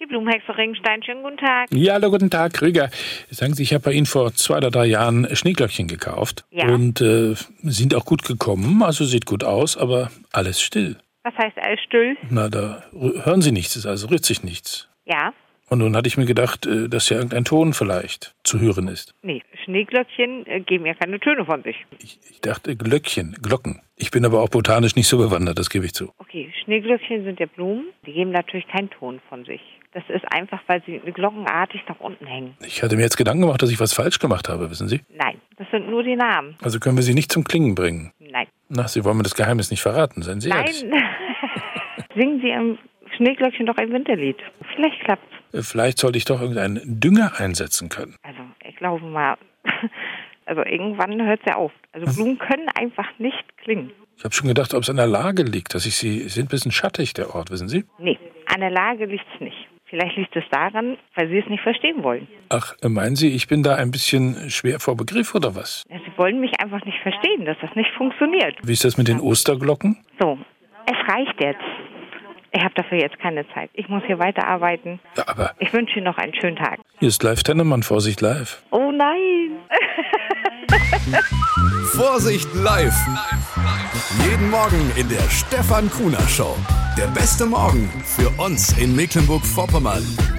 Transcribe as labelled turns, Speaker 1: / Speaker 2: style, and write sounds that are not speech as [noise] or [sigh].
Speaker 1: Die Blumenhexe Ringstein, schönen guten Tag.
Speaker 2: Ja, hallo, guten Tag, Krüger. Sagen Sie, ich habe bei Ihnen vor zwei oder drei Jahren Schneeglöckchen gekauft
Speaker 1: Ja.
Speaker 2: und äh, sind auch gut gekommen, also sieht gut aus, aber alles still.
Speaker 1: Was heißt alles still?
Speaker 2: Na, da rü- hören Sie nichts, also rührt sich nichts.
Speaker 1: Ja,
Speaker 2: Und nun hatte ich mir gedacht, äh, dass ja irgendein Ton vielleicht zu hören ist.
Speaker 1: nee, Schneeglöckchen äh, geben ja keine Töne von sich.
Speaker 2: Ich, ich dachte Glöckchen, Glocken. Ich bin aber auch botanisch nicht so bewandert, das gebe ich zu.
Speaker 1: Okay, Schneeglöckchen sind ja Blumen, die geben natürlich keinen Ton von sich. Das ist einfach, weil sie glockenartig nach unten hängen.
Speaker 2: Ich hatte mir jetzt Gedanken gemacht, dass ich was falsch gemacht habe, wissen Sie?
Speaker 1: Nein, das sind nur die Namen.
Speaker 2: Also können wir Sie nicht zum Klingen bringen.
Speaker 1: Nein.
Speaker 2: Na, Sie wollen mir das Geheimnis nicht verraten, seien Sie ehrlich.
Speaker 1: Nein. [laughs] Singen Sie im Schneeglöckchen doch ein Winterlied. Vielleicht klappt's.
Speaker 2: Äh, Vielleicht sollte ich doch irgendeinen Dünger einsetzen können.
Speaker 1: Also, ich glaube mal, [laughs] also irgendwann hört's ja auf. Also Blumen können einfach nicht klingen.
Speaker 2: Ich habe schon gedacht, ob es an der Lage liegt, dass ich sie sind ein bisschen schattig der Ort, wissen Sie?
Speaker 1: Nee, an der Lage liegt's nicht. Vielleicht liegt es daran, weil Sie es nicht verstehen wollen.
Speaker 2: Ach, äh, meinen Sie, ich bin da ein bisschen schwer vor Begriff oder was?
Speaker 1: Sie wollen mich einfach nicht verstehen, dass das nicht funktioniert.
Speaker 2: Wie ist das mit den Osterglocken?
Speaker 1: So, es reicht jetzt. Ich habe dafür jetzt keine Zeit. Ich muss hier weiterarbeiten.
Speaker 2: Ja, aber
Speaker 1: Ich wünsche Ihnen noch einen schönen Tag.
Speaker 2: hier ist Live Tennemann, Vorsicht live.
Speaker 1: Oh nein!
Speaker 3: Vorsicht live. Jeden Morgen in der Stefan Kuhner Show. Der beste Morgen für uns in Mecklenburg-Vorpommern.